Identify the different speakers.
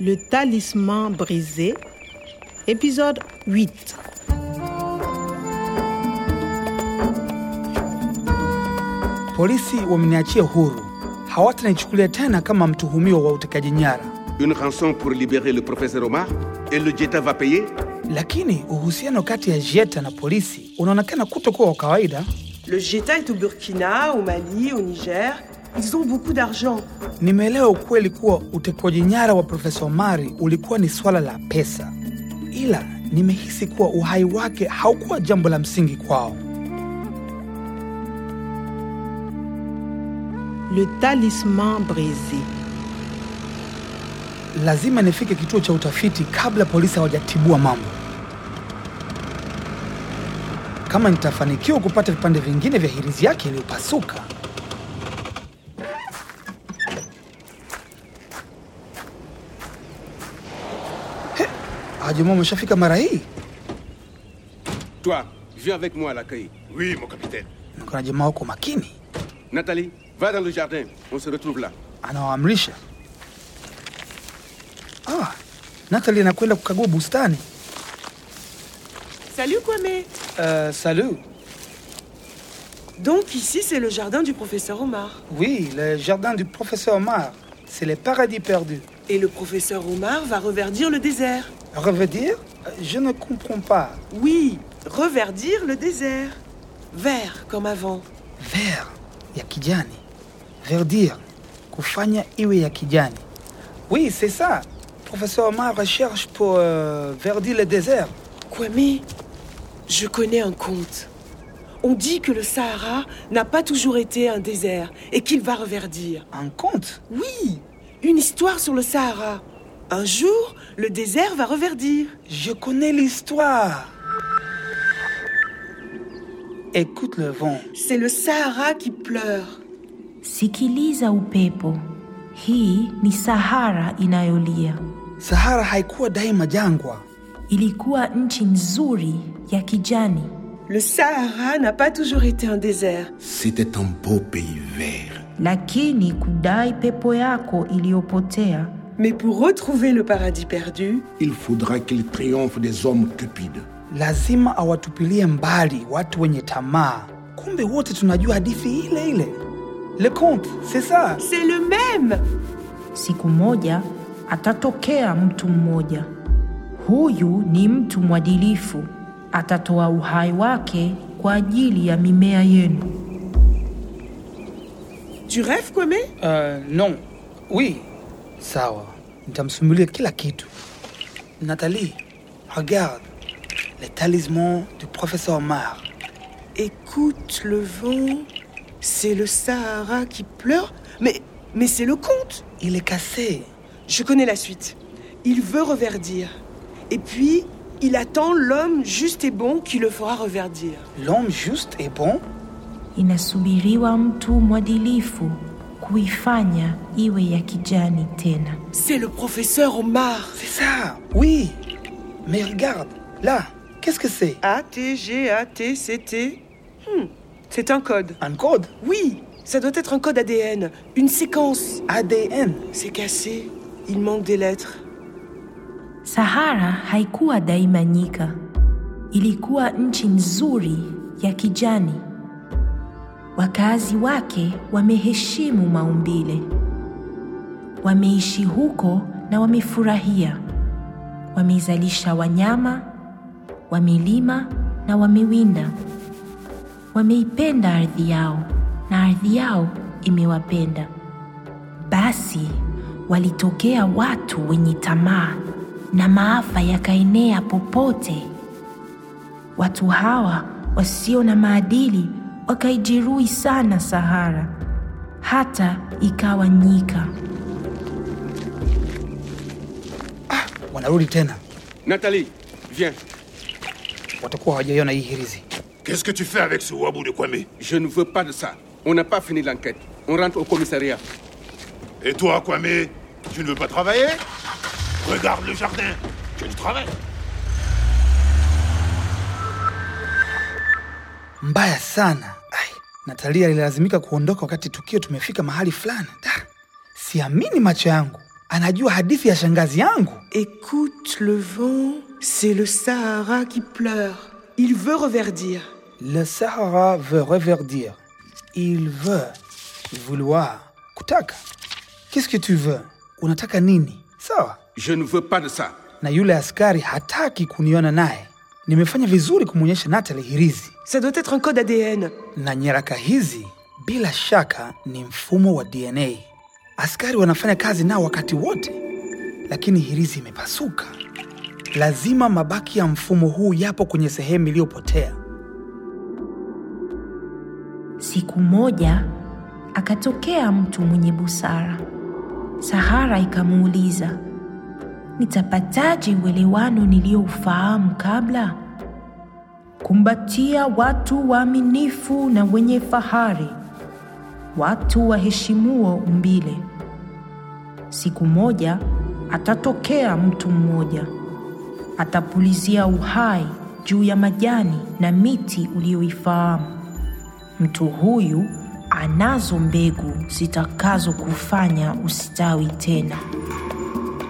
Speaker 1: Le talisman brisé, épisode 8.
Speaker 2: Polisi wameniachia huru, hawatanichukulia tena kama mtuhumiwa wa utekaji nyara.
Speaker 3: Une rançon pour libérer le professeur Omar et le Jetta va payer
Speaker 2: Lakini uhusiano kati ya Jetta na polisi unaonekana kutokuwa wa kawaida.
Speaker 4: Le Jeta est au Burkina, au Mali, au Niger. Ils ont beaucoup d'argent.
Speaker 2: Nimeelewa ukweli kuwa utekwaji nyara wa Profesa Omari ulikuwa ni swala la pesa, ila nimehisi kuwa uhai wake haukuwa jambo la msingi kwao.
Speaker 1: Le talisman brisé.
Speaker 2: Lazima nifike kituo cha utafiti kabla polisi hawajatibua mambo. Kama nitafanikiwa kupata vipande vingine vya hirizi yake iliyopasuka, He, Haji Mwamwe ameshafika mara hii.
Speaker 3: Toi, viens avec moi à l'accueil. Oui, mon capitaine.
Speaker 2: Niko na jamaa wako makini,
Speaker 3: Nathalie, va dans le jardin. On se retrouve là.
Speaker 2: anawaamrisha. Ah, Natalie anakwenda kukagua bustani.
Speaker 4: Salut Kwame
Speaker 2: Uh, salut.
Speaker 4: Donc ici c'est le jardin du professeur Omar.
Speaker 2: Oui, le jardin du professeur Omar, c'est le paradis perdu.
Speaker 4: Et le professeur Omar va reverdir le désert.
Speaker 2: Reverdir Je ne comprends pas.
Speaker 4: Oui, reverdir le désert. Vert comme avant.
Speaker 2: Vert ya kijani. Verdir, kufanya iwe ya kijani. Oui, c'est ça. Professeur Omar recherche pour euh, verdir le désert.
Speaker 4: Kwame, je connais un conte. On dit que le Sahara n'a pas toujours été un désert et qu'il va reverdir.
Speaker 2: Un conte
Speaker 4: Oui, une histoire sur le Sahara. Un jour, le désert va reverdir.
Speaker 2: Je connais l'histoire. Écoute le vent.
Speaker 4: C'est le Sahara qui pleure.
Speaker 5: Sikiliza upepo. Hii ni Sahara inayolia.
Speaker 2: Sahara haikuwa daima jangwa.
Speaker 5: Ilikuwa nchi nzuri ya kijani.
Speaker 4: Le Sahara n'a pas toujours été un désert.
Speaker 6: C'était un beau pays vert.
Speaker 5: Lakini kudai pepo yako iliyopotea,
Speaker 4: Mais pour retrouver le paradis perdu,
Speaker 6: Il faudra qu'il triomphe des hommes cupides.
Speaker 2: Lazima awatupilie mbali watu wenye tamaa. Kumbe wote tunajua hadithi ile ile. Le conte, c'est ça.
Speaker 4: c'est le même.
Speaker 5: siku moja atatokea mtu mmoja. Huyu ni mtu mwadilifu, atatoa uhai wake kwa ajili ya mimea yenu.
Speaker 4: Tu rêves, Kwame
Speaker 2: Euh, non. Oui. Sawa. Nitamsimulia kila kitu. Nathalie, regarde. Le talisman du professeur Omar.
Speaker 4: Écoute le vent. C'est le Sahara qui pleure. Mais, mais c'est le conte.
Speaker 2: Il est cassé.
Speaker 4: Je connais la suite. Il veut reverdir. Et puis, il attend l'homme juste et bon qui le fera reverdir.
Speaker 2: L'homme juste et bon
Speaker 5: Inasubiriwa mtu mwadilifu kuifanya iwe ya kijani tena.
Speaker 4: C'est le professeur Omar.
Speaker 2: C'est ça. Oui. Mais regarde. Là. Qu'est-ce que c'est
Speaker 4: A, T, G, A, T, C, T. Hmm, C'est un code.
Speaker 2: Un code
Speaker 4: Oui, ça doit être un code ADN. Une séquence.
Speaker 2: ADN.
Speaker 4: C'est cassé. Il manque des lettres.
Speaker 5: Sahara haikuwa daima nyika, ilikuwa nchi nzuri ya kijani. Wakazi wake wameheshimu maumbile, wameishi huko na wamefurahia. Wamezalisha wanyama, wamelima na wamewinda. Wameipenda ardhi yao na ardhi yao imewapenda. Basi walitokea watu wenye tamaa na maafa yakaenea popote. Watu hawa wasio na maadili wakaijeruhi sana Sahara hata ikawa nyika.
Speaker 2: Wanarudi tena.
Speaker 3: Nathalie, viens.
Speaker 2: Watakuwa hawajaiona hii hirizi.
Speaker 7: Qu'est-ce que tu fais avec ce wabou de Kwame
Speaker 3: Je ne veux pas de ça. On n'a pas fini l'enquête. On rentre au commissariat.
Speaker 7: Et toi, Kwame Tu ne veux pas travailler Regarde le jardin Tu du travail
Speaker 2: Mbaya sana. Ai, Natalia alilazimika kuondoka wakati tukio tumefika mahali fulani. Da, siamini macho yangu. anajua hadithi ya shangazi yangu.
Speaker 4: Écoute le vent, c'est le Sahara qui pleure. Il veut reverdir.
Speaker 2: Le Sahara veut reverdir. Il veut vouloir. Kutaka, qu'est-ce que tu veux? Unataka nini? Sawa.
Speaker 3: Je ne veux pas de ça.
Speaker 2: Na yule askari hataki kuniona naye. Nimefanya vizuri kumwonyesha Natalie hirizi
Speaker 4: Ça doit être un code ADN.
Speaker 2: na nyaraka hizi bila shaka ni mfumo wa DNA. Askari wanafanya kazi nao wakati wote, lakini hirizi imepasuka. Lazima mabaki ya mfumo huu yapo kwenye sehemu iliyopotea.
Speaker 5: Siku moja akatokea mtu mwenye busara. Sahara ikamuuliza, nitapataje uelewano niliyoufahamu kabla? Kumbatia watu waaminifu na wenye fahari, watu waheshimuo umbile. Siku moja atatokea mtu mmoja, atapulizia uhai juu ya majani na miti uliyoifahamu. Mtu huyu anazo mbegu zitakazokufanya usitawi tena.